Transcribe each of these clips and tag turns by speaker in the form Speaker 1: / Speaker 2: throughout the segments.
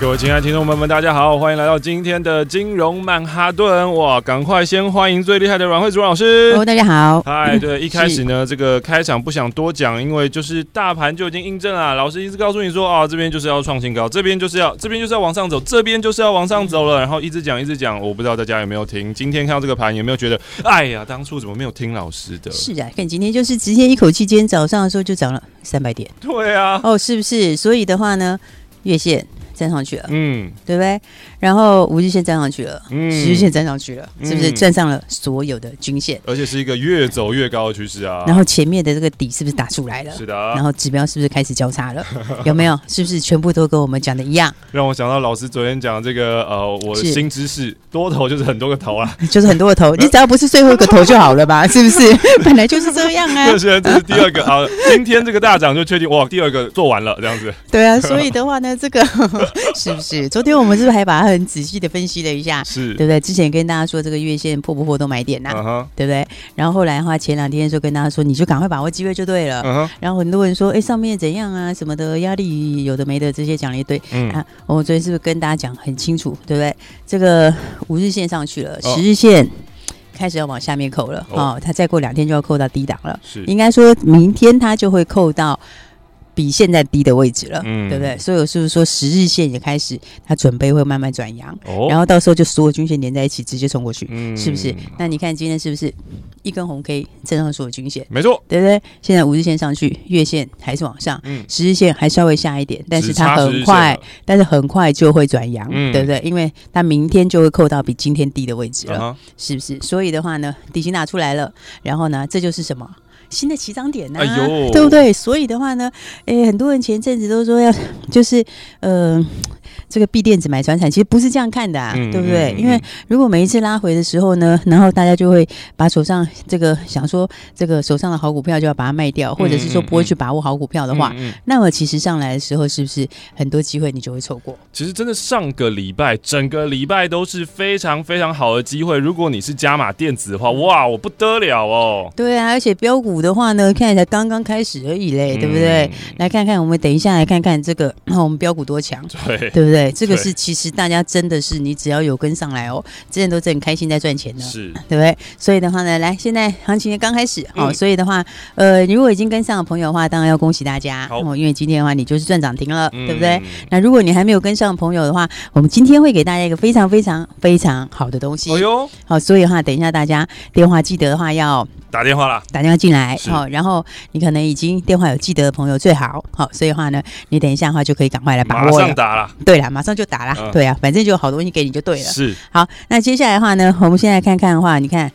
Speaker 1: 各位亲爱的听众朋友们，大家好，欢迎来到今天的金融曼哈顿。哇，赶快先欢迎最厉害的阮慧珠老师。
Speaker 2: 哦，大家好。
Speaker 1: 嗨，对，一开始呢，这个开场不想多讲，因为就是大盘就已经印证了，老师一直告诉你说啊，这边就是要创新高，这边就是要这边就是要往上走，这边就是要往上走
Speaker 2: 嗯
Speaker 1: 了，然后一直讲一直讲，我不知道大家有没有听，今天看到这个盘有没有觉得，哎呀，当初怎么没有听老师的？
Speaker 2: 是啊，看今天就是直接一口气，今天早上的时候就涨了三百点
Speaker 1: 对啊，
Speaker 2: 哦，是不是？所以的话呢，月线站上去了，
Speaker 1: 嗯
Speaker 2: 对不对？然后五日线站上去了，
Speaker 1: 嗯
Speaker 2: 十日线站上去了，是不是
Speaker 1: 嗯
Speaker 2: 站上了所有的均线？
Speaker 1: 而且是一个越走越高的趋势啊。
Speaker 2: 然后前面的这个底是不是打出来了？
Speaker 1: 是的，啊
Speaker 2: 然后指标是不是开始交 叉了？有没有？是不是全部都跟我们讲的一样？
Speaker 1: 让我想到老师昨天讲的这个呃，我的
Speaker 2: 是
Speaker 1: 新知识多头就是很多个头 啊，
Speaker 2: 就是很多个头，你只要不是最后一个头就好了吧？是 不是？本来就是这样啊
Speaker 1: 那。现在这是第二个啊，今天这个大涨就确定哇，第二个做完了这样子，
Speaker 2: 对啊，所以的话呢，这个 是不是？昨天我们是不是还把它很仔细的分析了一下？
Speaker 1: 是
Speaker 2: 对不对？之前跟大家说这个月线破不破都买点呐、
Speaker 1: 嗯哼
Speaker 2: 对不对？然后后来的话，前两天就跟大家说，你就赶快把握机会就对了。
Speaker 1: 嗯哼
Speaker 2: 然后很多人说，哎，上面怎样啊？什么的压力有的没的，这些讲了一堆、
Speaker 1: 嗯
Speaker 2: 啊。我昨天是不是跟大家讲很清楚，对不对？这个五日线上去了，
Speaker 1: 哦
Speaker 2: 十日线开始要往下面扣了，
Speaker 1: 哦
Speaker 2: 哦，它再过两天就要扣到低档了。
Speaker 1: 是
Speaker 2: 应该说明天它就会扣到比现在低的位置了，
Speaker 1: 嗯
Speaker 2: 对不对？所以我是不是说十日线也开始，它准备会慢慢转阳，
Speaker 1: 哦
Speaker 2: 然后到时候就所有均线连在一起直接冲过去，
Speaker 1: 嗯
Speaker 2: 是不是？那你看今天是不是一根红 K 站上所有均线，
Speaker 1: 没错，
Speaker 2: 对不对？现在五日线上去，月线还是往上。
Speaker 1: 嗯，
Speaker 2: 十日线还稍微下一点，但是
Speaker 1: 只
Speaker 2: 它
Speaker 1: 差10日
Speaker 2: 很
Speaker 1: 线
Speaker 2: 快
Speaker 1: 了，，
Speaker 2: 但是很快就会转阳，
Speaker 1: 嗯
Speaker 2: 对不对？因为它明天就会扣到比今天低的位置了。
Speaker 1: 嗯哼
Speaker 2: 是不是？所以的话呢，底薪拿出来了，然后呢，这就是什么？新的起涨点呢、啊
Speaker 1: 哎呦
Speaker 2: 对不对？所以的话呢，诶，很多人前阵子都说要，就是呃，这个避电子买船产，其实不是这样看的、啊，
Speaker 1: 嗯
Speaker 2: 对不对？
Speaker 1: 嗯嗯
Speaker 2: 因为如果每一次拉回的时候呢，然后大家就会把手上这个想说这个手上的好股票就要把它卖
Speaker 1: 嗯
Speaker 2: 掉，或者是说不会去把握好股票的话，
Speaker 1: 嗯嗯
Speaker 2: 那么其实上来的时候，是不是很多机会你就会错过？
Speaker 1: 其实真的上个礼拜，整个礼拜都是非常非常好的机会。如果你是加码电子的话，哇，我不得了哦，
Speaker 2: 对啊，而且标股的话呢，看起来刚刚开始而已
Speaker 1: 嗯
Speaker 2: 嘞，对不对？来看看，我们等一下来看看这个， 我们标股多强，
Speaker 1: 嗯？对，
Speaker 2: 对不对？这个
Speaker 1: 对
Speaker 2: 是其实大家真的是，你只要有跟上来哦，之前都是很开心在赚钱的。
Speaker 1: 是
Speaker 2: 对不对？所以的话呢，来，现在行情也刚开始，好、
Speaker 1: 嗯
Speaker 2: 所以的话，呃，如果已经跟上的朋友的话，当然要恭喜大家，
Speaker 1: 好
Speaker 2: 哦，因为今天的话，你就是赚涨停了，对不对？？
Speaker 1: 嗯
Speaker 2: 那如果你还没有跟上的朋友的话，我们今天会给大家一个非常非常非常好的东西，
Speaker 1: 哎呦，
Speaker 2: 好、所以的话，等一下大家电话记得的话要
Speaker 1: 打电话啦，
Speaker 2: 打电话进来，
Speaker 1: 是
Speaker 2: 好、然后你可能已经电话有记得的朋友最好，好、所以的话呢，你等一下的话就可以赶快来把
Speaker 1: 马
Speaker 2: 握
Speaker 1: 上
Speaker 2: 了。
Speaker 1: 打啦，
Speaker 2: 对啦，马上就打啦，
Speaker 1: 嗯
Speaker 2: 对啊，反正就有好东西给你就对了。
Speaker 1: 是
Speaker 2: 好，那接下来的话呢，我们现在看看的话，你看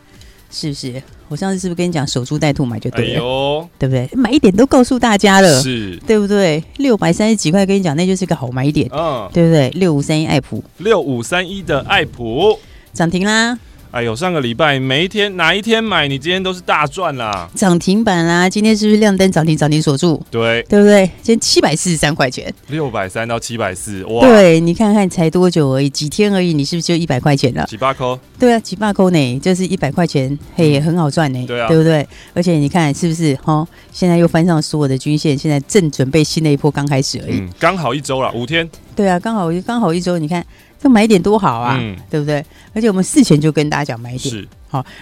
Speaker 2: 是不是？我上次是不是跟你讲守株待兔买就
Speaker 1: 哎
Speaker 2: 对了，
Speaker 1: 呦，
Speaker 2: 对不对？买一点都告诉大家了，
Speaker 1: 是，
Speaker 2: 对不对？六百三十几块跟你讲，那就是个好买点，
Speaker 1: 嗯，
Speaker 2: 对不对？六五三一爱普
Speaker 1: 六五三一的爱普，
Speaker 2: 涨停啦，
Speaker 1: 哎呦，上个礼拜每一天哪一天买，你今天都是大赚啦。
Speaker 2: 涨停板啦，今天是不是亮灯涨停涨停锁住？
Speaker 1: 对，
Speaker 2: 对不对？今天七百四十三块钱，
Speaker 1: 六百三到七百四，哇，
Speaker 2: 对你看看才多久而已，几天而已，你是不是就一百块钱了？
Speaker 1: 几八扣，
Speaker 2: 对啊，几百块呢，就是一百块钱，嘿，也很好赚呢，
Speaker 1: 对啊
Speaker 2: 不对？而且你看是不是哈、哦？现在又翻上所有的均线，现在正准备新的一波刚开始而已。
Speaker 1: 嗯，刚好一周了，五天，
Speaker 2: 对啊，刚好刚好一周，你看这买点多好啊，
Speaker 1: 嗯
Speaker 2: 对不对？而且我们事前就跟大家讲买点，
Speaker 1: 是，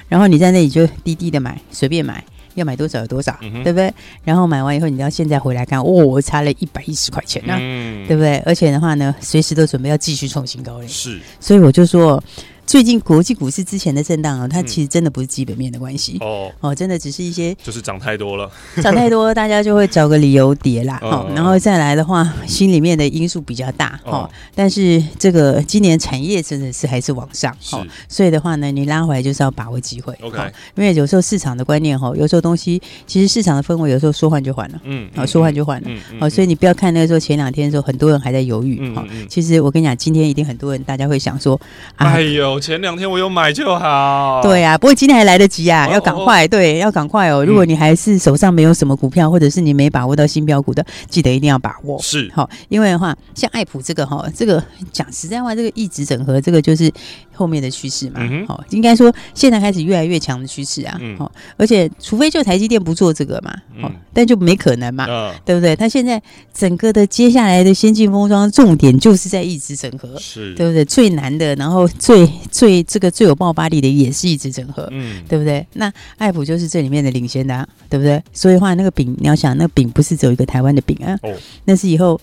Speaker 2: 然后你在那里就低低的买，随便买。要买多少有多少，
Speaker 1: 嗯哼
Speaker 2: 对不对？然后买完以后，你到现在回来看，哦，我差了一百一十块钱啊呢、
Speaker 1: 嗯
Speaker 2: 对，不对？而且的话呢，随时都准备要继续创新高嘞。
Speaker 1: 是，
Speaker 2: 所以我就说，最近国际股市之前的震荡哦，它
Speaker 1: 嗯
Speaker 2: 其实真的不是基本面的关系。
Speaker 1: 哦，
Speaker 2: 哦，真的只是一些
Speaker 1: 就是涨太多了，
Speaker 2: 涨 太多，大家就会找个理由跌啦。
Speaker 1: 哦
Speaker 2: 哦，然后再来的话，心里面的因素比较大。
Speaker 1: 哦
Speaker 2: 哦，但是这个今年产业真的是还是往上。
Speaker 1: 是
Speaker 2: 哦，所以的话呢，你拉回来就是要把握机会。
Speaker 1: OK
Speaker 2: 哦因为有时候市场的观念哦，有时候东西其实市场的氛围有时候说换就换了，
Speaker 1: 嗯，
Speaker 2: 哦，说换就换了。
Speaker 1: 嗯，嗯
Speaker 2: 哦，所以
Speaker 1: 以
Speaker 2: 你不要看那个时候前两天的时候，很多人还在犹豫。
Speaker 1: 嗯
Speaker 2: 哦
Speaker 1: 嗯嗯
Speaker 2: 其实我跟你讲，今天一定很多人大家会想说啊
Speaker 1: 哎，呦，前两天我有买就好，
Speaker 2: 对啊，不过今天还来得及啊，
Speaker 1: 哦嗯
Speaker 2: 要赶快，对，要赶快哦。如果你还是手上没有什么股票，或者是你没把握到新标股的，记得一定要把握。
Speaker 1: 是
Speaker 2: 好，因为的话，像爱普这个哈，这个讲实在话，这个一直整合，这个就是后面的趋势嘛
Speaker 1: 嗯哼。
Speaker 2: 好、应该说现在开始越来越强的趋势啊
Speaker 1: 嗯。
Speaker 2: 好、而且除非就台积电不做这个嘛，好、
Speaker 1: 嗯
Speaker 2: 但就没可能嘛。
Speaker 1: 嗯，
Speaker 2: 对不对？它现在整个的接下来的先进封装重点就是在一直整合，
Speaker 1: 是，
Speaker 2: 对不对？最难的，然后最最这个最有爆发力的也是一直整合，
Speaker 1: 嗯，
Speaker 2: 对不对？那爱普就是这里面的领先的、啊，对不对？所以话那个饼，你要想那个饼不是只有一个台湾的饼啊，
Speaker 1: 哦
Speaker 2: 那是以后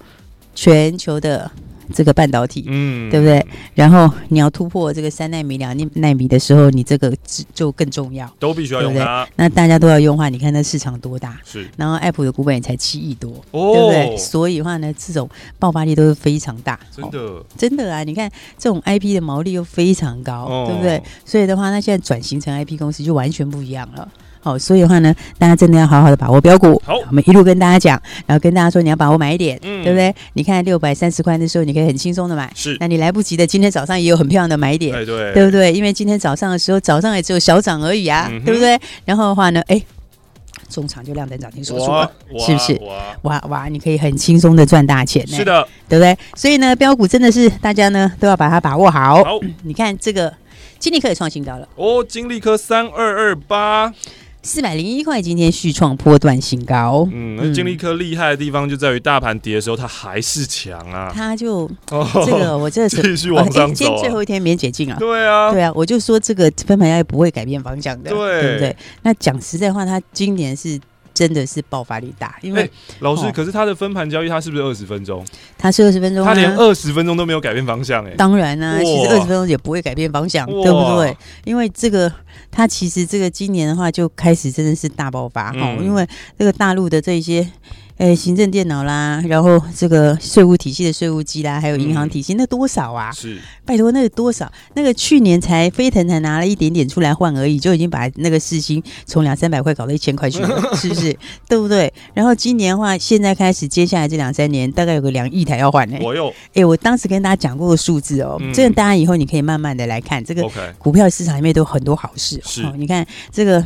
Speaker 2: 全球的这个半导体。
Speaker 1: 嗯
Speaker 2: 对不对？然后你要突破这个三纳米、两纳米的时候，你这个只就更重要。
Speaker 1: 都必须要用它，
Speaker 2: 那大家都要用的话，你看那市场多大？
Speaker 1: 是
Speaker 2: 然后爱普的股本也才七亿多，
Speaker 1: 哦，
Speaker 2: 对不对？所以的话呢，这种爆发力都是非常大，
Speaker 1: 真
Speaker 2: 哦、
Speaker 1: 的，
Speaker 2: 真的啊！你看这种 IP 的毛利又非常高，
Speaker 1: 哦
Speaker 2: 对不对？所以的话，那现在转型成 IP 公司就完全不一样了。好、所以的话呢，大家真的要好好的把握标股。
Speaker 1: 好
Speaker 2: 我们一路跟大家讲，然后跟大家说你要把握买一点，
Speaker 1: 嗯
Speaker 2: 对不对？你看六百三十块的时候，你可以很轻松的买，
Speaker 1: 是，
Speaker 2: 那你来不及的，今天早上也有很漂亮的买点。
Speaker 1: 哎，对，
Speaker 2: 对不对？因为今天早上的时候，早上也只有小涨而已啊，
Speaker 1: 嗯哼
Speaker 2: 对不对？然后的话呢，哎，中场就亮灯涨停锁住了
Speaker 1: 哇，，哇
Speaker 2: 是不是？
Speaker 1: 哇
Speaker 2: 哇哇，你可以很轻松的赚大钱呢、
Speaker 1: 是，的，
Speaker 2: 对不对？所以呢，标股真的是大家呢都要把它把握好。
Speaker 1: 好
Speaker 2: 你看这个，今天可以创新高了，
Speaker 1: 哦，金利科三二二八，
Speaker 2: 四百零一块，今天续创波段新高，
Speaker 1: 嗯，那金利科厉害的地方就在于大盘跌的时候它还是强啊，
Speaker 2: 它就
Speaker 1: 哦，
Speaker 2: 这个我这是
Speaker 1: 继续往
Speaker 2: 哎
Speaker 1: 上
Speaker 2: 今
Speaker 1: 走
Speaker 2: 天最
Speaker 1: 啊，
Speaker 2: 后一天免解禁啊。
Speaker 1: 对啊，
Speaker 2: 对啊，我就说这个分盘交易不会改变方向的，
Speaker 1: 对
Speaker 2: 不对？那讲实在话，它今年是真的是爆发力大，因
Speaker 1: 哎
Speaker 2: 为
Speaker 1: 老师，
Speaker 2: 哦
Speaker 1: 可是他的分盘交易，他是不是二十分钟？
Speaker 2: 它是二十分钟、
Speaker 1: 他
Speaker 2: 啊，
Speaker 1: 连二十分钟都没有改变方向，哎，
Speaker 2: 当然啦、其实
Speaker 1: 哇
Speaker 2: 二十分钟也不会改变方向，
Speaker 1: 哇
Speaker 2: 对不对？因为这个，它其实这个今年的话就开始真的是大爆发哈、
Speaker 1: 嗯
Speaker 2: 因为这个大陆的这一些。诶，行政电脑啦，然后这个税务体系的税务机啦，还有银行体
Speaker 1: 嗯
Speaker 2: 系，那多少啊？
Speaker 1: 是
Speaker 2: 拜托，那个多少？那个去年才飞腾才拿了一点点出来换而已，就已经把那个世星从两三百块搞到一千块去 了，是不是？对不对？然后今年的话，现在开始，接下来这两三年大概有个两亿台要换呢、
Speaker 1: 我又
Speaker 2: 哎、我当时跟大家讲过的数字哦，
Speaker 1: 嗯
Speaker 2: 这个大家以后你可以慢慢的来看，这个
Speaker 1: OK，
Speaker 2: 股票市场里面都有很多好事哦。
Speaker 1: 是
Speaker 2: 哦你看这个，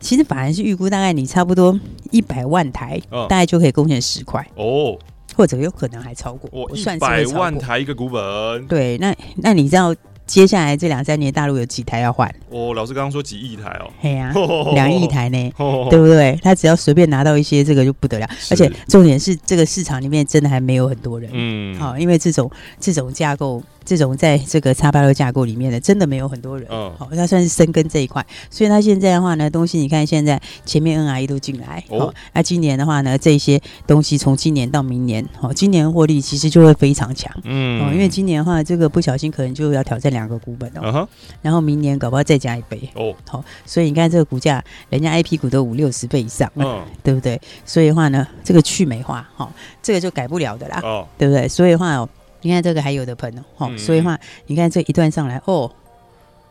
Speaker 2: 其实法人是预估大概你差不多一百万台，
Speaker 1: 嗯
Speaker 2: 大概就可以贡献十块，
Speaker 1: 哦，
Speaker 2: 或者有可能还超过。
Speaker 1: 我哦一
Speaker 2: 算是
Speaker 1: 百
Speaker 2: 会超
Speaker 1: 万
Speaker 2: 过。
Speaker 1: 台一个股本，
Speaker 2: 对，那那你知道接下来这两三年大陆有几台要换？
Speaker 1: 哦，老师刚刚说几亿台哦
Speaker 2: 嘿呀、
Speaker 1: 哦，
Speaker 2: 两亿台呢。
Speaker 1: 哦，
Speaker 2: 对不对？他只要随便拿到一些这个就不得了，
Speaker 1: 是
Speaker 2: 而且重点是这个市场里面真的还没有很多人。
Speaker 1: 嗯，
Speaker 2: 好、因为这种这种架构，这种在这个叉八六架构里面的，真的没有很多人。
Speaker 1: 嗯
Speaker 2: 好、它算是深耕这一块，所以它现在的话呢，东西你看现在前面 NRE 都进来，
Speaker 1: 哦
Speaker 2: 哦，那、今年的话呢，这些东西从今年到明年，哦，今年获利其实就会非常强。
Speaker 1: 嗯
Speaker 2: 哦，因为今年的话，这个不小心可能就要挑战两个股本哦，
Speaker 1: 嗯哼，
Speaker 2: 然后明年搞不好再加一倍，
Speaker 1: 哦，
Speaker 2: 好、所以你看这个股价，人家 IP 股都五六十倍以上了，
Speaker 1: 嗯，
Speaker 2: 对不对？所以的话呢，这个去美化，哈、这个就改不了的啦，
Speaker 1: 哦，
Speaker 2: 对不对？所以的话哦，你看这个还有的喷哦，哦
Speaker 1: 嗯
Speaker 2: 所以的话你看这一段上来哦，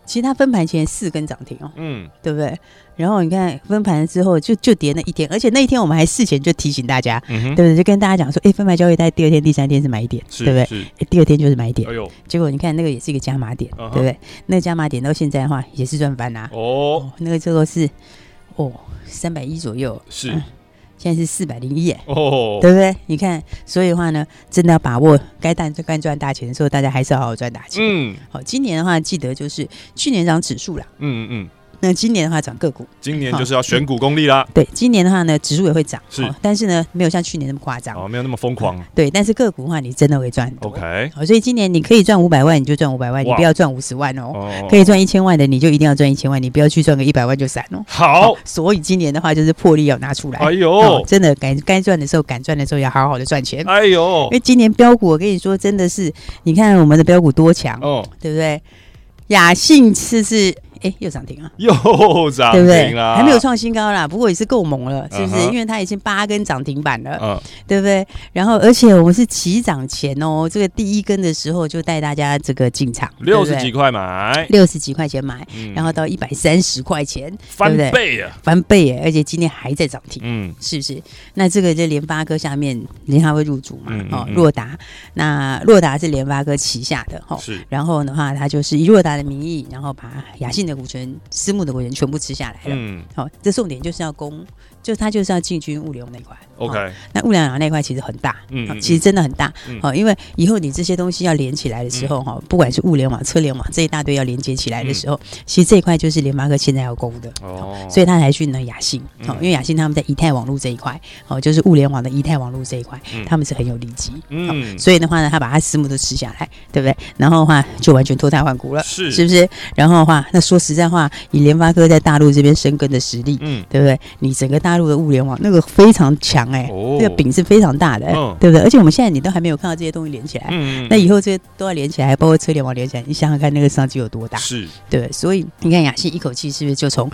Speaker 2: 其实它分盘前四根涨停哦，
Speaker 1: 嗯，
Speaker 2: 对不对？然后你看分盘之后就就跌那一天，而且那一天我们还事前就提醒大家，
Speaker 1: 嗯哼，
Speaker 2: 对不对？就跟大家讲说，哎，分盘交易在第二天、第三天是买点，
Speaker 1: 是
Speaker 2: 对不对？
Speaker 1: 是，
Speaker 2: 诶第二天就是买点
Speaker 1: 哎，呦，
Speaker 2: 结果你看那个也是一个加码点，
Speaker 1: 嗯哼
Speaker 2: 对不对？那个加码点到现在的话也是赚翻啦、
Speaker 1: 哦，
Speaker 2: 哦，那个这个是哦三百一左右，
Speaker 1: 是，
Speaker 2: 现在是四百零一耶。
Speaker 1: 哦，
Speaker 2: 嗯对不对？你看，所以的话呢，真的要把握该赚该赚大钱的时候，大家还是要好好赚大钱。
Speaker 1: 嗯
Speaker 2: 好、今年的话，记得就是去年涨指数啦，
Speaker 1: 嗯嗯，
Speaker 2: 那今年的话涨个股。
Speaker 1: 今年就是要选股功力啦，
Speaker 2: 对，今年的话呢，指数也会涨，哦
Speaker 1: 是
Speaker 2: 但是呢，没有像去年那么夸张。
Speaker 1: 哦，没有那么疯狂
Speaker 2: 对，但是个股的话，你真的会赚很多。
Speaker 1: ，OK，
Speaker 2: 好、所以今年你可以赚五百万，你就赚五百万，你
Speaker 1: 哇
Speaker 2: 不要赚五十万哦。
Speaker 1: 哦，
Speaker 2: 可以赚一千万的，你就一定要赚一千万，你不要去赚个一百万就散哦。
Speaker 1: 好，
Speaker 2: 所以今年的话就是魄力要拿出来。
Speaker 1: 哎
Speaker 2: 哦
Speaker 1: 呦，，
Speaker 2: 真的该该赚的时候，敢赚的时候要好好的赚钱。
Speaker 1: 哎呦
Speaker 2: 因，为今年标股，我跟你说，真的是，你看我们的标股多强，
Speaker 1: 哦，
Speaker 2: 对不对？雅信是是，哎，又涨停啊。
Speaker 1: 又涨
Speaker 2: 对不对
Speaker 1: 停？啦，
Speaker 2: 还没有创新高啦，不过也是够猛了，是不是
Speaker 1: 嗯哼
Speaker 2: 因为它已经八根涨停板了，
Speaker 1: 嗯，
Speaker 2: 对不对？然后，而且我们是起涨前哦，这个第一根的时候就带大家这个进场，
Speaker 1: 六十
Speaker 2: 对不对
Speaker 1: 几块买，
Speaker 2: 六十几块钱买，
Speaker 1: 嗯
Speaker 2: 然后到一百三十块钱，
Speaker 1: 翻
Speaker 2: 对不对？
Speaker 1: 倍啊，
Speaker 2: 翻倍耶！而且今天还在涨停，
Speaker 1: 嗯，
Speaker 2: 是不是？那这个就联发科下面联发会入主嘛
Speaker 1: 嗯？嗯
Speaker 2: 哦，
Speaker 1: 嗯
Speaker 2: 洛达，那洛达是联发科旗下的哦。
Speaker 1: 是，
Speaker 2: 然后的话，它就是以洛达的名义，然后把雅信的股权、私募的股权全部吃下来了。
Speaker 1: 嗯
Speaker 2: 好、这重点就是要攻，就它就是要进军物流那一块。哦
Speaker 1: ，OK，
Speaker 2: 那物流那一块其实很大，
Speaker 1: 嗯
Speaker 2: 哦
Speaker 1: 嗯
Speaker 2: 其实真的很大。哦
Speaker 1: 嗯
Speaker 2: 好、因为以后你这些东西要连起来的时候，哈、不管是物联网、车联网这一大堆要连接起来的时候，
Speaker 1: 嗯
Speaker 2: 其实这一块就是联发科现在要攻的。
Speaker 1: 哦，
Speaker 2: 所以他才去呢雅信，哦
Speaker 1: 嗯，
Speaker 2: 因为雅信他们在以太网络这一块，哦，就是物联网的以太网络这一块，
Speaker 1: 嗯
Speaker 2: 他们是很有利基，哦
Speaker 1: 嗯，
Speaker 2: 所以的话呢，他把他私募都吃下来，对不对？然后的话就完全脱胎换骨了，
Speaker 1: 是
Speaker 2: 是不是？然后的话，那说实在话，以联发科在大陆这边生根的实力，
Speaker 1: 嗯，
Speaker 2: 对不对？你整个大陆的物联网那个非常强哎、
Speaker 1: 哦
Speaker 2: 这个饼是非常大的、哎
Speaker 1: 嗯
Speaker 2: 对不对？而且我们现在你都还没有看到这些东西连起来，
Speaker 1: 嗯，
Speaker 2: 那以后这些都要连起来，包括车联网连起来，你想想看那个商机有多大，
Speaker 1: 是，
Speaker 2: 对不对？所以你看雅信一口气是不是就从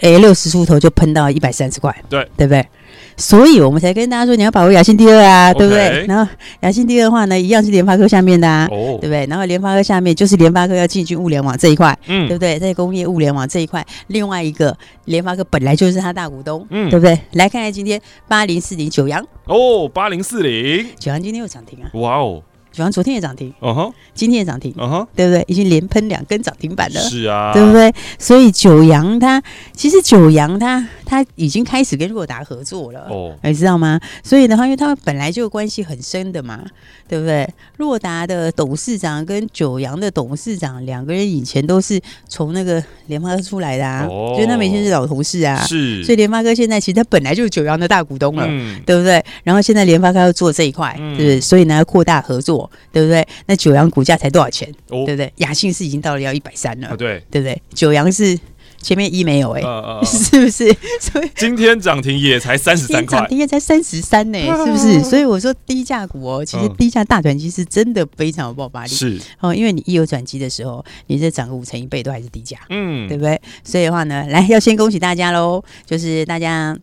Speaker 2: 诶六十出头就喷到一百三十块，
Speaker 1: 对
Speaker 2: 对不对？所以我们才跟大家说你要把握雅信第二啊
Speaker 1: OK
Speaker 2: 对不对？然后雅信第二的话呢，一样是联发科下面的啊。
Speaker 1: 哦
Speaker 2: 对，不对？然后联发科下面就是联发科要进军物联网这一块，对
Speaker 1: 嗯
Speaker 2: 不对？在工业物联网这一块，另外一个联发科本来就是他大股东，
Speaker 1: 嗯
Speaker 2: 对，不对？来看看今天八零四零九阳，
Speaker 1: 哦，八零四零，
Speaker 2: 九阳今天又涨停啊，
Speaker 1: 哇哦，
Speaker 2: 九阳昨天也涨停，
Speaker 1: 嗯哼，
Speaker 2: 今天也涨停，
Speaker 1: 嗯哼，
Speaker 2: 对不对？已经连喷两根涨停板了。
Speaker 1: 是啊，
Speaker 2: 对不？对？所以九阳它其实九阳它它已经开始跟若达合作了。
Speaker 1: 哦，
Speaker 2: 你知道吗？所以的话，因为他们本来就关系很深的嘛，对不对？若达的董事长跟九阳的董事长两个人以前都是从那个联发科出来的啊，
Speaker 1: 哦
Speaker 2: 所以他们以前是老同事啊。
Speaker 1: 是，
Speaker 2: 所以联发科现在其实他本来就是九阳的大股东了。
Speaker 1: 嗯，
Speaker 2: 对不对？然后现在联发科要做这一块，
Speaker 1: 嗯
Speaker 2: 对不对？所以呢，要扩大合作，对不对？那九阳股价才多少钱？
Speaker 1: 哦
Speaker 2: 嗯对不对？雅信是已经到了要一百三了
Speaker 1: 啊，，对，
Speaker 2: 对不对？九阳是前面一没有哎、
Speaker 1: 呃
Speaker 2: 欸
Speaker 1: 呃， 呃
Speaker 2: 是不是？所以
Speaker 1: 今天涨停也才三十
Speaker 2: 今
Speaker 1: 三
Speaker 2: 天涨
Speaker 1: 块，啊
Speaker 2: 停也才三十三呢，是不是？所以我说低价股哦，其实
Speaker 1: 嗯
Speaker 2: 低价大转机是真的非常有爆发力
Speaker 1: 是，
Speaker 2: 哦，因为你一有转机的时候，你这涨个五成一倍都还是低价，
Speaker 1: 嗯
Speaker 2: 对，不对？所以的话呢， 来要先恭喜大家喽，就是大家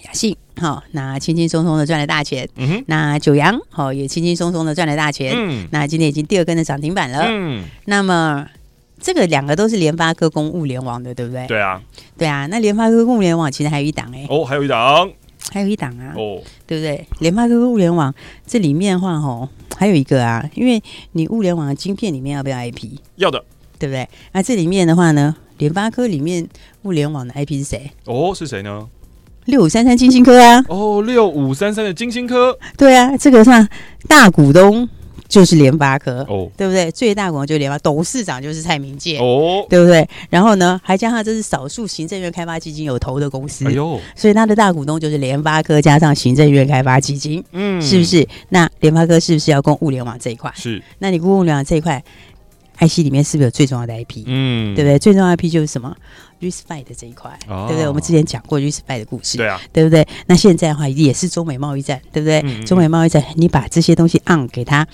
Speaker 2: 嘖雅信好、那轻轻松松的赚了大钱，
Speaker 1: 嗯哼，
Speaker 2: 那九阳好、也轻轻松松的赚了大钱，
Speaker 1: 嗯
Speaker 2: 那今天已经第二根的涨停板了，
Speaker 1: 嗯，
Speaker 2: 那么。这个两个都是联发科跟物联网的，对不对？
Speaker 1: 对啊，
Speaker 2: 对啊，那联发科跟物联网其实还有一档哎、
Speaker 1: 哦，还有一档，
Speaker 2: 还有一档啊，
Speaker 1: 哦，
Speaker 2: 对不对？联发科跟物联网这里面的话吼，还有一个啊，因为你物联网的晶片里面要不要 IP，
Speaker 1: 要的，
Speaker 2: 对不对？那这里面的话呢，联发科里面物联网的 IP 是谁？
Speaker 1: 哦，是谁呢？
Speaker 2: 六五三三金星科啊，
Speaker 1: 哦，六五三三的金星科，
Speaker 2: 对啊，这个上大股东就是联发科，
Speaker 1: 哦
Speaker 2: 对不对？最大股东就是联发，董事长就是蔡明介。
Speaker 1: 哦，
Speaker 2: 对不对？然后呢，还加上这是少数行政院开发基金有投的公司，
Speaker 1: 哎呦，
Speaker 2: 所以它的大股东就是联发科加上行政院开发基金。
Speaker 1: 嗯，
Speaker 2: 是不？是？那联发科是不是要攻物联网这一块？
Speaker 1: 是，
Speaker 2: 那你攻物联网这一块，IC 里面是不是有最重要的 IP？、
Speaker 1: 嗯，
Speaker 2: 对不对？最重要的 IP 就是什么 r i s f i 的这一块，
Speaker 1: 哦
Speaker 2: 对不对？我们之前讲过 r i s f i 的故事，
Speaker 1: 对啊，
Speaker 2: 对不对？那现在的话也是中美贸易战，对不对？
Speaker 1: 嗯嗯嗯
Speaker 2: 中美贸易战，你把这些东西 on 给它。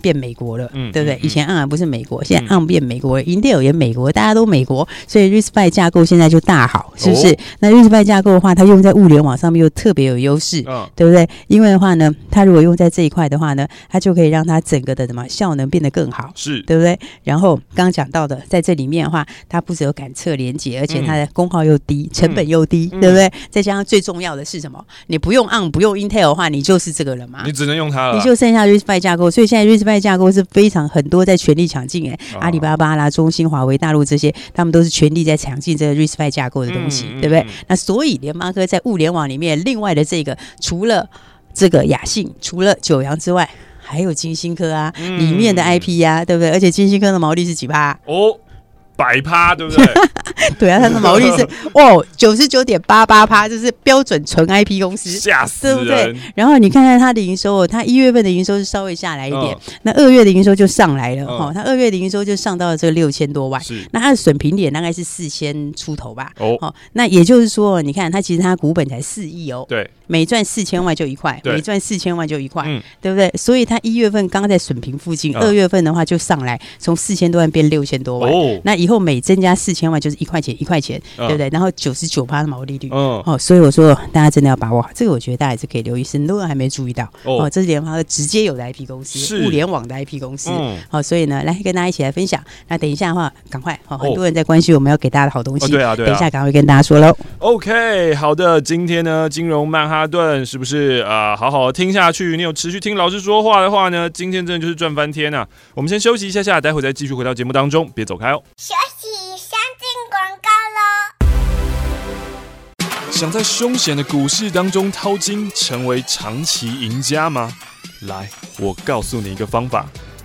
Speaker 2: 变美国了，
Speaker 1: 嗯
Speaker 2: 对不对？
Speaker 1: 嗯嗯
Speaker 2: 以前 on 不是美国，现在
Speaker 1: 嗯
Speaker 2: on 变美国了，Intel 也美国，大家都美国，所以 r i s f i 架构现在就大好，是不是？
Speaker 1: 哦
Speaker 2: 那 r i s f i 架构的话，它用在物联网上面又特别有优势，
Speaker 1: 嗯，
Speaker 2: 对不对？因为的话呢，它如果用在这一块的话呢，它就可以让它整个的什么效能变得更好，
Speaker 1: 是，
Speaker 2: 对不对？然后刚刚讲到的，在这里面的话，它不只有感测连接，而且它的功耗又低，成本又低，
Speaker 1: 嗯
Speaker 2: 对不对？再加上最重要的是什么？你不用 on 不用 Intel 的话，你就是这个了嘛
Speaker 1: 你。只能用它了啦，
Speaker 2: 啊你就剩下 r i s p i 架构，所以现在 r i s p i 架构是非常很多在全力抢进，哎、
Speaker 1: 哦
Speaker 2: 阿里巴巴啦、中兴、华为、大陆这些，他们都是全力在抢进这个 r i s p i 架构的东西，
Speaker 1: 嗯嗯
Speaker 2: 对不对？
Speaker 1: 嗯
Speaker 2: 那所以联发科在物联网里面，另外的这个除了这个雅信，除了九阳之外，还有金星科啊，
Speaker 1: 嗯
Speaker 2: 里面的 IP 呀、对不对？而且金星科的毛利是几趴、
Speaker 1: 哦，百趴，对不对？
Speaker 2: 对啊，它的毛利是哦九十九点八八趴，这是标准纯 IP 公司。
Speaker 1: 吓死
Speaker 2: 对
Speaker 1: 人，
Speaker 2: 然后你看看它的营收哦，它一月份的营收是稍微下来一点，
Speaker 1: 嗯
Speaker 2: 那二月的营收就上来了
Speaker 1: 嗯
Speaker 2: 哈、哦，它二月的营收就上到了这个六千多万，
Speaker 1: 是，
Speaker 2: 那它的损平点大概是四千出头吧。
Speaker 1: 哦，
Speaker 2: 哦，那也就是说，你看它其实它股本才四亿哦，
Speaker 1: 对，
Speaker 2: 每赚四千万就一块，
Speaker 1: 对
Speaker 2: 每赚四千万就一块，
Speaker 1: 嗯
Speaker 2: 对不对？所以它一月份刚在水平附近，
Speaker 1: 嗯
Speaker 2: 二、月份的话就上来，从四千多万变六千多万。
Speaker 1: 哦，
Speaker 2: 那以后每增加四千万就是一块钱一块钱，
Speaker 1: 嗯
Speaker 2: 对不对？然后九十九趴的毛利率。
Speaker 1: 嗯，
Speaker 2: 哦，所以我说大家真的要把握好，这个我觉得大家还是可以留意，是很多人还没注意到
Speaker 1: 哦
Speaker 2: 哦这是联发科直接有的 IP 公司
Speaker 1: 是，
Speaker 2: 物联网的 IP 公司。
Speaker 1: 嗯，
Speaker 2: 好、所以呢，来跟大家一起来分享。那等一下的话，赶快，好、
Speaker 1: 哦
Speaker 2: 很多人在关心我们要给大家的好东西。
Speaker 1: 哦对啊对啊
Speaker 2: 等一下赶快跟大家说喽。
Speaker 1: OK，好的，今天呢，金融曼哈顿是不是啊、呃好好听下去，你有持续听老师说话的话呢，今天真的就是赚翻天啊！我们先休息一下下，待会再继续回到节目当中，别走开哦。
Speaker 3: 学习相进广告喽。
Speaker 1: 想在凶险的股市当中淘金，成为长期赢家吗？来，我告诉你一个方法。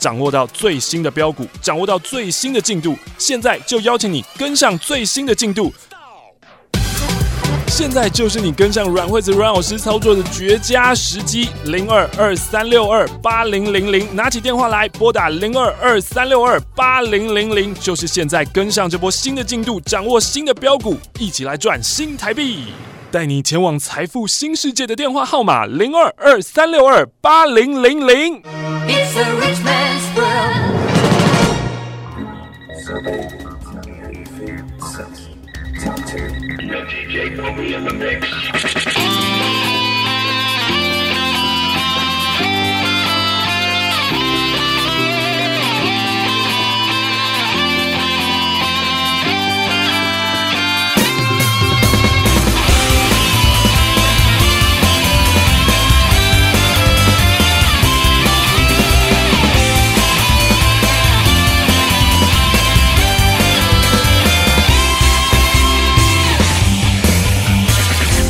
Speaker 1: 掌握到最新的标股，掌握到最新的进度，现在就邀请你跟上最新的进度。现在就是你跟上阮惠子阮老师操作的绝佳时机，零二二三六二八零零零，拿起电话来拨打零二二三六二八零零零，就是现在跟上这波新的进度，掌握新的标股，一起来赚新台币。带你前往财富新世界的电话号码零二二三六二八零零零。
Speaker 4: It's a rich man's world.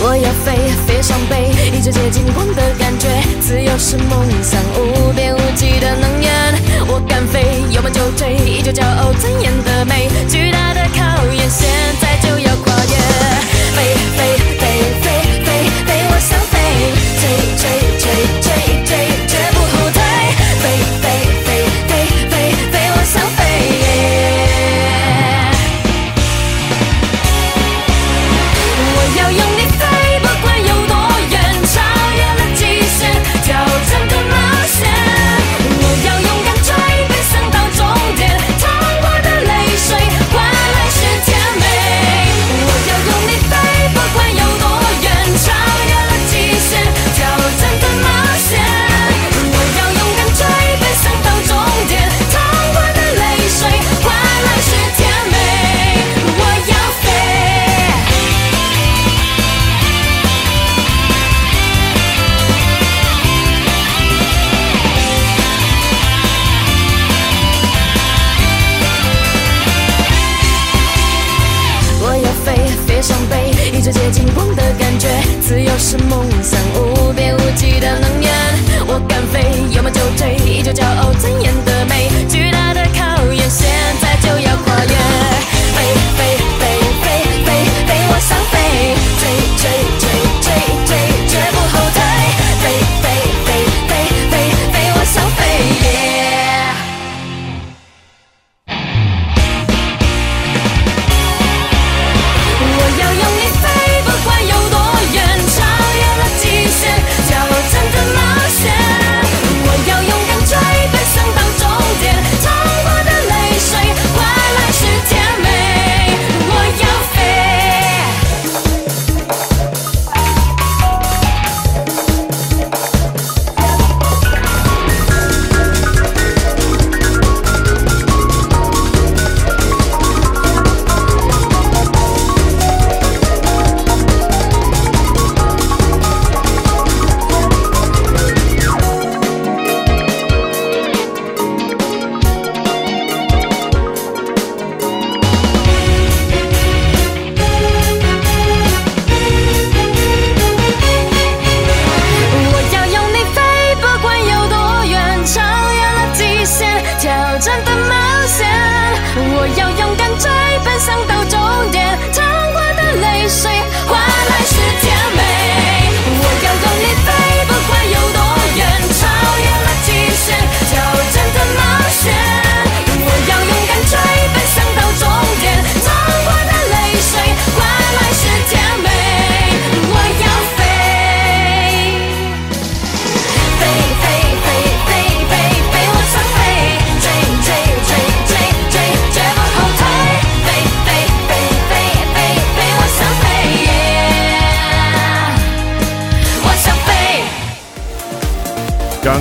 Speaker 5: 我要飞，飞上北，一直接近光的感觉。自由是梦想，无边无际的能源。我敢飞，有梦就追，依旧骄傲尊严的美。巨大的考验，现在就要跨越。飞飞飞飞飞飞，我想飞，追追追追追，绝不后退。飞飞飞飞飞飞，我想飞。我要用力飞，不管有多远，超越了极限，挑战的冒险。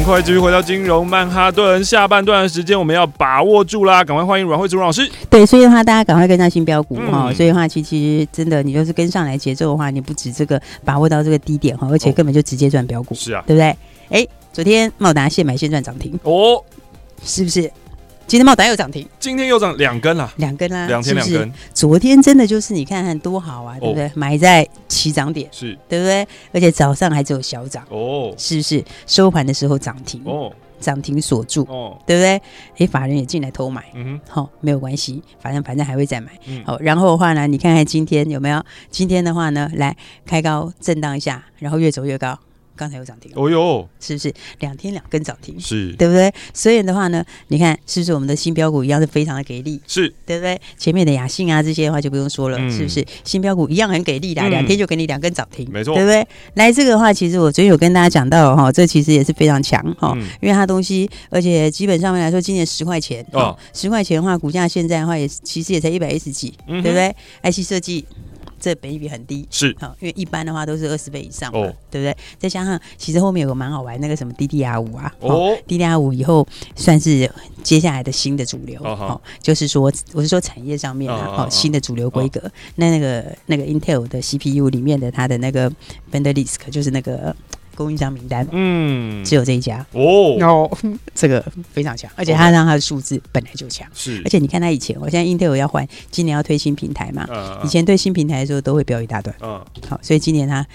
Speaker 1: 快继续回到金融曼哈顿，下半段的时间我们要把握住啦，赶快欢迎阮慧珠阮老师。
Speaker 2: 对，所以的话，大家赶快跟上新标股
Speaker 1: 嗯
Speaker 2: 哈、所以的话，其其实真的，你就是跟上来节奏的话，你不止这个把握到这个低点哈，而
Speaker 1: 哦
Speaker 2: 且根本就直接赚标股，
Speaker 1: 是啊，
Speaker 2: 对不对？哎，昨天茂达现买现赚涨停，
Speaker 1: 哦，
Speaker 2: 是不是？今天茂达又涨停
Speaker 1: 今天又涨两根啦，
Speaker 2: 两根啦、
Speaker 1: 两天两
Speaker 2: 是不是
Speaker 1: 根？哦
Speaker 2: 昨天真的就是你看看多好啊，对不对？买在起涨点，
Speaker 1: 是
Speaker 2: 对不对？而且早上还只有小涨，
Speaker 1: 哦
Speaker 2: 是不是？收盘的时候涨停，
Speaker 1: 哦
Speaker 2: 涨停锁住，
Speaker 1: 哦，
Speaker 2: 对不对？哎，法人也进来偷买。
Speaker 1: 嗯
Speaker 2: 好、没有关系，反正反正还会再买。好、
Speaker 1: 嗯
Speaker 2: 然后的话呢，你看看今天有没有？今天的话呢，来开高震荡一下，然后越走越高。刚才有涨停
Speaker 1: 哼，，哦哟，
Speaker 2: 是不是？两天两根涨停，
Speaker 1: 是
Speaker 2: 对不对？所以的话呢，你看是不是我们的新标股一样是非常的给力，
Speaker 1: 是
Speaker 2: 对不对？前面的雅信啊这些的话就不用说了，
Speaker 1: 嗯
Speaker 2: 是不是？新标股一样很给力的，
Speaker 1: 嗯
Speaker 2: 两天就给你两根涨停，
Speaker 1: 没错
Speaker 2: 对不对？来这个的话，其实我昨天有跟大家讲到哈、这其实也是非常强哈、
Speaker 1: 嗯
Speaker 2: 因为它东西，而且基本上面来说，今年十块钱
Speaker 1: 哦
Speaker 2: 哦，十块钱的话，股价现在的话也是其实也才一百一十几，
Speaker 1: 嗯哼
Speaker 2: 对不对？IC 设计这本益比很低。
Speaker 1: 是
Speaker 2: 好、因为一般的话都是二十倍以上嘛，
Speaker 1: 哦
Speaker 2: 对不对？再加上其实后面有个蛮好玩那个什么 DDR 五啊，
Speaker 1: 哦
Speaker 2: DDR 五以后算是接下来的新的主流，
Speaker 1: 哦好
Speaker 2: 哦，就是说我是说产业上面啊
Speaker 1: 哦，哦哦
Speaker 2: 哦，新的主流规格。那那个那个 Intel 的 CPU 里面的它的那个 vendor list 就是那个供应商名单，
Speaker 1: 嗯
Speaker 2: 只有这一家，
Speaker 1: 哦
Speaker 2: 哦，这个非常强，而且它让它的数字本来就强，
Speaker 1: 是
Speaker 2: 而且你看它以前，我现在 Intel 要换，今年要推新平台嘛，
Speaker 1: 呃
Speaker 2: 以前对新平台的时候都会标一大段，
Speaker 1: 嗯
Speaker 2: 好，所以今年它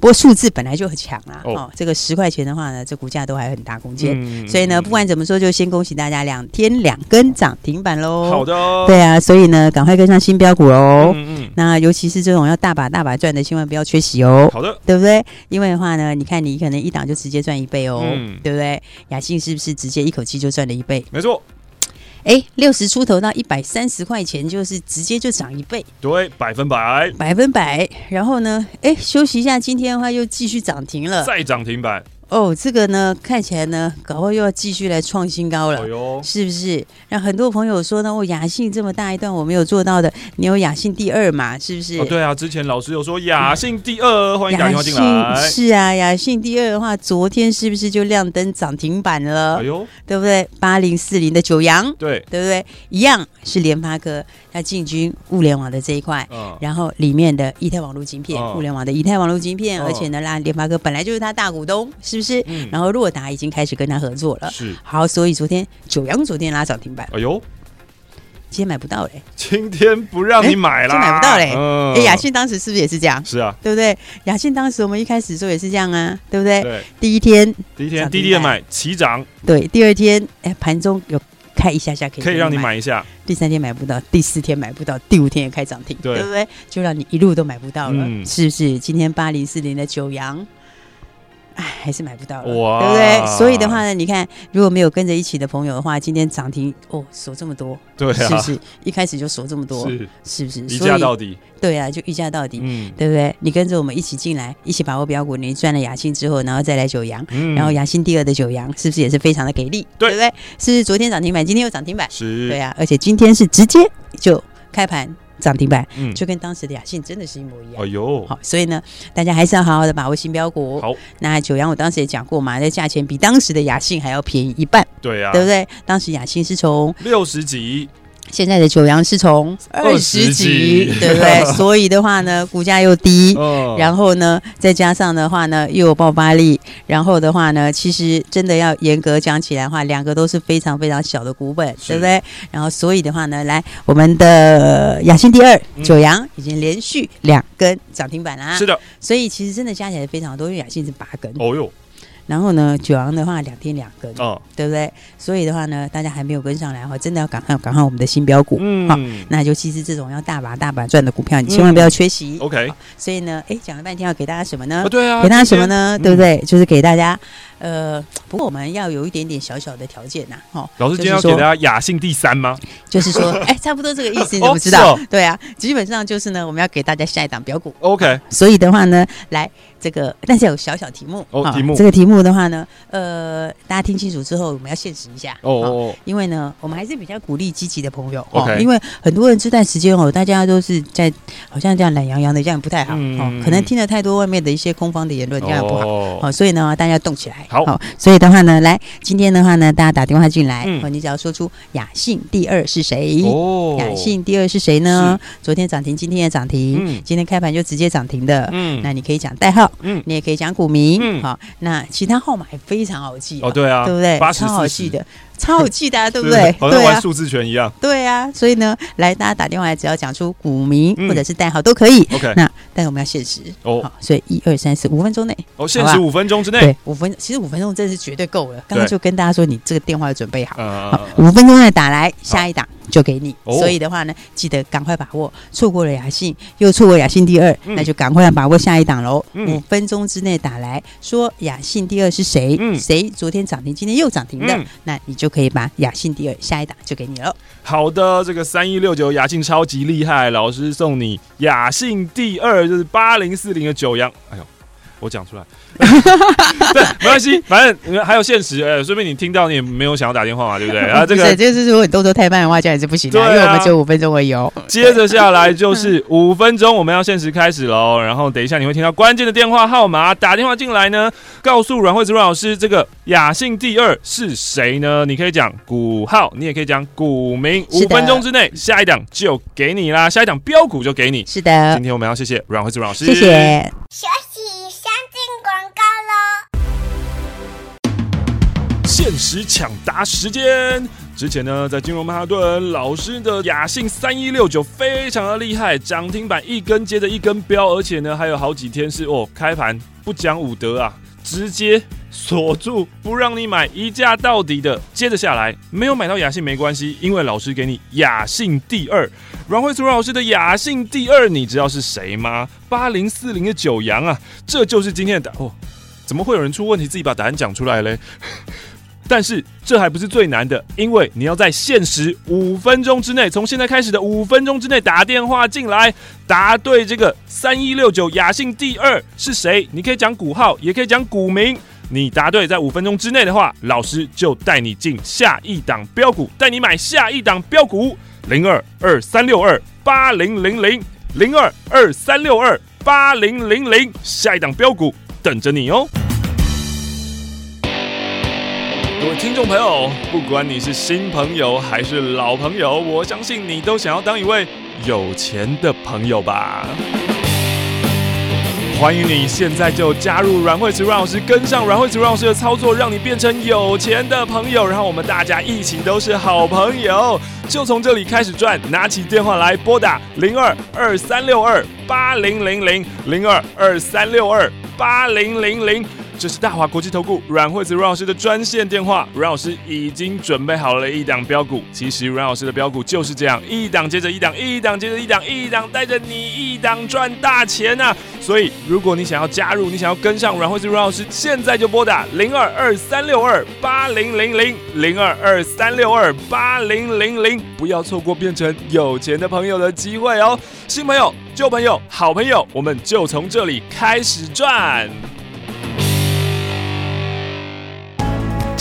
Speaker 2: 不过数字本来就很强啦，
Speaker 1: 哦
Speaker 2: 哦，这个十块钱的话呢，这股价都还很大空间，
Speaker 1: 嗯
Speaker 2: 所以呢，不管怎么说，就先恭喜大家两天两根涨停板喽，
Speaker 1: 好，的
Speaker 2: 对啊，所以呢，赶快跟上新标股喽，
Speaker 1: 嗯嗯
Speaker 2: 那尤其是这种要大把大把赚的，千万不要缺席哦，
Speaker 1: 好的
Speaker 2: 对不对？因为的话呢，你看你可能一档就直接赚一倍哦，
Speaker 1: 嗯
Speaker 2: 对不对？雅信是不是直接一口气就赚了一倍？
Speaker 1: 没错
Speaker 2: 哎，六十出头到一百三十块钱，就是直接就涨一倍，
Speaker 1: 对百分百
Speaker 2: 百分百。然后呢，哎，休息一下，今天的话又继续涨停了。
Speaker 1: 再涨停板
Speaker 2: 哦，这个呢，看起来呢，搞不好又要继续来创新高了
Speaker 1: 哎。呦
Speaker 2: 是不是？让很多朋友说呢，哦，雅信这么大一段我没有做到的，你有雅信第二嘛？是不是？
Speaker 1: 哦对啊之前老师有说雅信第二欢迎打电话
Speaker 2: 雅
Speaker 1: 进来
Speaker 2: 信是啊，雅信第二的话，昨天是不是就亮灯涨停板了？
Speaker 1: 哎呦
Speaker 2: 对不对？八零四零的九阳，
Speaker 1: 对
Speaker 2: 对不对？一样是联发科，它进军物联网的这一块。
Speaker 1: 嗯
Speaker 2: 然后里面的以太网络晶片，
Speaker 1: 嗯
Speaker 2: 物联网的以太网络晶片，
Speaker 1: 嗯
Speaker 2: 而且呢，拉联发科本来就是它大股东，是不是？
Speaker 1: 嗯
Speaker 2: 然后洛达已经开始跟它合作了。
Speaker 1: 是
Speaker 2: 好，所以昨天九阳昨天拉涨停板，
Speaker 1: 哎呦
Speaker 2: 今天买不到嘞。
Speaker 1: 今天不让你买啦
Speaker 2: 哎这买不到嘞
Speaker 1: 嗯
Speaker 2: 哎，雅信当时是不是也是这样？
Speaker 1: 是啊
Speaker 2: 对不对？雅信当时我们一开始说也是这样啊，对不对？
Speaker 1: 对
Speaker 2: 第一天
Speaker 1: 第一天
Speaker 2: 涨停板
Speaker 1: 第一天买齐涨
Speaker 2: 对，第二天哎盘中有开一下下可以
Speaker 1: 可以
Speaker 2: 给
Speaker 1: 让你买一下
Speaker 2: 第三天买不到，第四天买不到，第五天也开涨停，
Speaker 1: 对
Speaker 2: 不对？就让你一路都买不到了，
Speaker 1: 嗯
Speaker 2: 是不是？今天八零四零的九阳。哎，还是买不到了，
Speaker 1: 哇
Speaker 2: 对不对？所以的话呢，你看，如果没有跟着一起的朋友的话，今天涨停哦，锁这么多，
Speaker 1: 对啊
Speaker 2: 是不是？一开始就锁这么多，
Speaker 1: 是
Speaker 2: 是不是？
Speaker 1: 一价
Speaker 2: 所
Speaker 1: 到
Speaker 2: 以
Speaker 1: 底
Speaker 2: 对啊，就一价到底，
Speaker 1: 嗯
Speaker 2: 对不对？你跟着我们一起进来，一起把握标股，你赚了雅信之后，然后再来九阳，
Speaker 1: 嗯
Speaker 2: 然后雅信第二的九阳，是不是也是非常的给力？
Speaker 1: 对
Speaker 2: 不对？是不是昨天涨停板，今天又涨停板？
Speaker 1: 是
Speaker 2: 对啊，而且今天是直接就开盘涨停板，
Speaker 1: 嗯
Speaker 2: 就跟当时的雅信真的是一模一
Speaker 1: 哎
Speaker 2: 样。
Speaker 1: 呦
Speaker 2: 好，所以呢，大家还是要好好的把握新标股。
Speaker 1: 好，
Speaker 2: 那九阳我当时也讲过嘛，那价钱比当时的雅信还要便宜一半，
Speaker 1: 对啊
Speaker 2: 对不对？当时雅信是从
Speaker 1: 六十几
Speaker 2: 现在的九阳是从
Speaker 1: 二十几
Speaker 2: 对不对？ 所以的话呢，股价又低，
Speaker 1: 嗯
Speaker 2: 然后呢，再加上的话呢，又有爆发力，然后的话呢，其实真的要严格讲起来的话，两个都是非常非常小的股本，
Speaker 1: 是
Speaker 2: 对不对？然后所以的话呢，来我们的呃雅信第二
Speaker 1: 嗯
Speaker 2: 九阳已经连续两根涨停板啦，
Speaker 1: 是的
Speaker 2: 所以其实真的加起来非常多，因为雅信是八根，
Speaker 1: 哦呦
Speaker 2: 然后呢，九阳的话两天两根，
Speaker 1: 啊
Speaker 2: 对不对？所以的话呢，大家还没有跟上来的话，真的要赶快赶快我们的新标股，好。
Speaker 1: 嗯
Speaker 2: 那尤其是这种要大把大把赚的股票，你千万不要缺席。
Speaker 1: OK
Speaker 2: 所以呢，哎，讲了半天要给大家什么呢？
Speaker 1: 啊对啊
Speaker 2: 给大家什么呢？
Speaker 1: 今天
Speaker 2: 对不对？就是给大家，呃，不过我们要有一点点小小的条件呐、哦，
Speaker 1: 老师今天要
Speaker 2: 就
Speaker 1: 给
Speaker 2: 是
Speaker 1: 大
Speaker 2: 说，
Speaker 1: 家雅兴第三吗？
Speaker 2: 就是说， 哎，差不多这个意思，你
Speaker 1: 哦
Speaker 2: 怎么知道？
Speaker 1: 是哦
Speaker 2: 对啊，基本上就是呢，我们要给大家下一档标股，
Speaker 1: OK，
Speaker 2: 所以的话呢，来这个，但是有小小题目
Speaker 1: 哦
Speaker 2: 好
Speaker 1: 题目
Speaker 2: 这个题目的话呢，呃，大家听清楚之后，我们要限时一下
Speaker 1: 哦
Speaker 2: 好
Speaker 1: 哦，
Speaker 2: 因为呢，我们还是比较鼓励积极的朋友
Speaker 1: OK
Speaker 2: 因为很多人这段时间哦，大家都是在好像这样懒洋洋的，这样不太好、
Speaker 1: 嗯
Speaker 2: 哦，可能听了太多外面的一些空方的言论，这样也不好。
Speaker 1: 好，
Speaker 2: 哦，所以呢，大家动起来，
Speaker 1: 好
Speaker 2: 所以的话呢，来今天的话呢，大家打电话进来，
Speaker 1: 嗯
Speaker 2: 哦，你只要说出雅信第二是谁。
Speaker 1: 哦
Speaker 2: 雅信第二是谁呢？昨天涨停，今天也涨停，
Speaker 1: 嗯
Speaker 2: 今天开盘就直接涨停的。
Speaker 1: 嗯
Speaker 2: 那你可以讲代号，
Speaker 1: 嗯
Speaker 2: 你也可以讲股民，好、
Speaker 1: 嗯
Speaker 2: 那其他号码也非常好记、
Speaker 1: 哦，对啊，
Speaker 2: 对不对？
Speaker 1: 八十
Speaker 2: 超好记的，超好记的、啊，对不 对？
Speaker 1: 好像
Speaker 2: 对
Speaker 1: 玩
Speaker 2: 啊，
Speaker 1: 数字拳一样。
Speaker 2: 对啊。所以呢，来大家打电话来，只要讲出股民、
Speaker 1: 嗯
Speaker 2: 或者是代号都可以。
Speaker 1: OK，
Speaker 2: 那但是我们要限时
Speaker 1: 哦
Speaker 2: 好，所以一二三四五分钟内，
Speaker 1: 哦，限
Speaker 2: 好
Speaker 1: 时
Speaker 2: 吧
Speaker 1: 五分钟之内。
Speaker 2: 对，五分其实五分钟真的是绝对够了。刚刚就跟大家说，你这个电话要准备好。好
Speaker 1: 呃，
Speaker 2: 五分钟内打来，下一档就给你。
Speaker 1: 哦
Speaker 2: 所以的话呢，记得赶快把握，错过了雅信，又错过雅信第二，
Speaker 1: 嗯
Speaker 2: 那就赶快把握下一档喽。
Speaker 1: 嗯
Speaker 2: 五分钟之内打来，说雅信第二是谁，
Speaker 1: 嗯
Speaker 2: 谁昨天涨停，今天又涨停的，
Speaker 1: 嗯
Speaker 2: 那你就可以把雅信第二下一档就给你了。
Speaker 1: 好的，这个三一六九雅信超级厉害，老师送你雅信第二，就是八零四零的九阳。哎呦，我讲出来， 对，没关系，反正还有限时，呃，顺便你听到你也没有想要打电话嘛，对不对？然后啊这
Speaker 2: 不是
Speaker 1: 个
Speaker 2: 就是如果你动作太慢的话，这样也是不行的，
Speaker 1: 对啊
Speaker 2: 因为我们只有五分钟而已哦。
Speaker 1: 接着下来
Speaker 2: 嗯
Speaker 1: 就是五分钟，我们要限时开始喽。然后等一下你会听到关键的电话号码，打电话进来呢，告诉阮慧子阮老师这个雅信第二是谁呢？你可以讲股号，你也可以讲股名。
Speaker 2: 是
Speaker 1: 五
Speaker 2: 的
Speaker 1: 分钟之内，下一档就给你啦，下一档标股就给你。
Speaker 2: 是的
Speaker 1: 今，天我们要谢谢阮慧子阮老师，
Speaker 2: 呃谢谢。
Speaker 3: 休息一下，进广告喽。
Speaker 1: 限时抢答时间。之前呢，在金融曼哈顿老师的雅信三一六九非常的厉害，涨停板一根接着一根飙，而且呢还有好几天是哦开盘不讲武德啊，直接锁住不让你买，一价到底的。接着下来没有买到雅信没关系，因为老师给你雅信第二。阮慧楚老师的雅信第二，你知道是谁吗？八零四零的九阳啊，这就是今天的答哦。怎么会有人出问题自己把答案讲出来嘞？但是这还不是最难的，因为你要在限时五分钟之内，从现在开始的五分钟之内打电话进来，答对这个三一六九雅信第二是谁？你可以讲股号，也可以讲股名。你答对，在五分钟之内的话，老师就带你进下一档标股，带你买下一档标股。零二二三六二八零零零零二二三六二八零零零，下一档标股等着你哦。各位听众朋友，不管你是新朋友还是老朋友，我相信你都想要当一位有钱的朋友吧。欢迎你现在就加入阮慧慈阮老师，跟上阮慧慈阮老师的操作，让你变成有钱的朋友。然后我们大家一起都是好朋友，就从这里开始赚。拿起电话来拨打零二二三六二八零零零零二二三六二八零零零。这是大华国际投顾阮惠子阮老师的专线电话，阮老师已经准备好了一档标股。其实阮老师的标股就是这样，一档接着一档，一档接着一档，一档带着你一档赚大钱啊呐、所以，如果你想要加入，你想要跟上阮惠子阮老师，现在就拨打零二二三六二八零零零零二二三六二八零零零，不要错过变成有钱的朋友的机会哦！新朋友、旧朋友、好朋友，我们就从这里开始赚。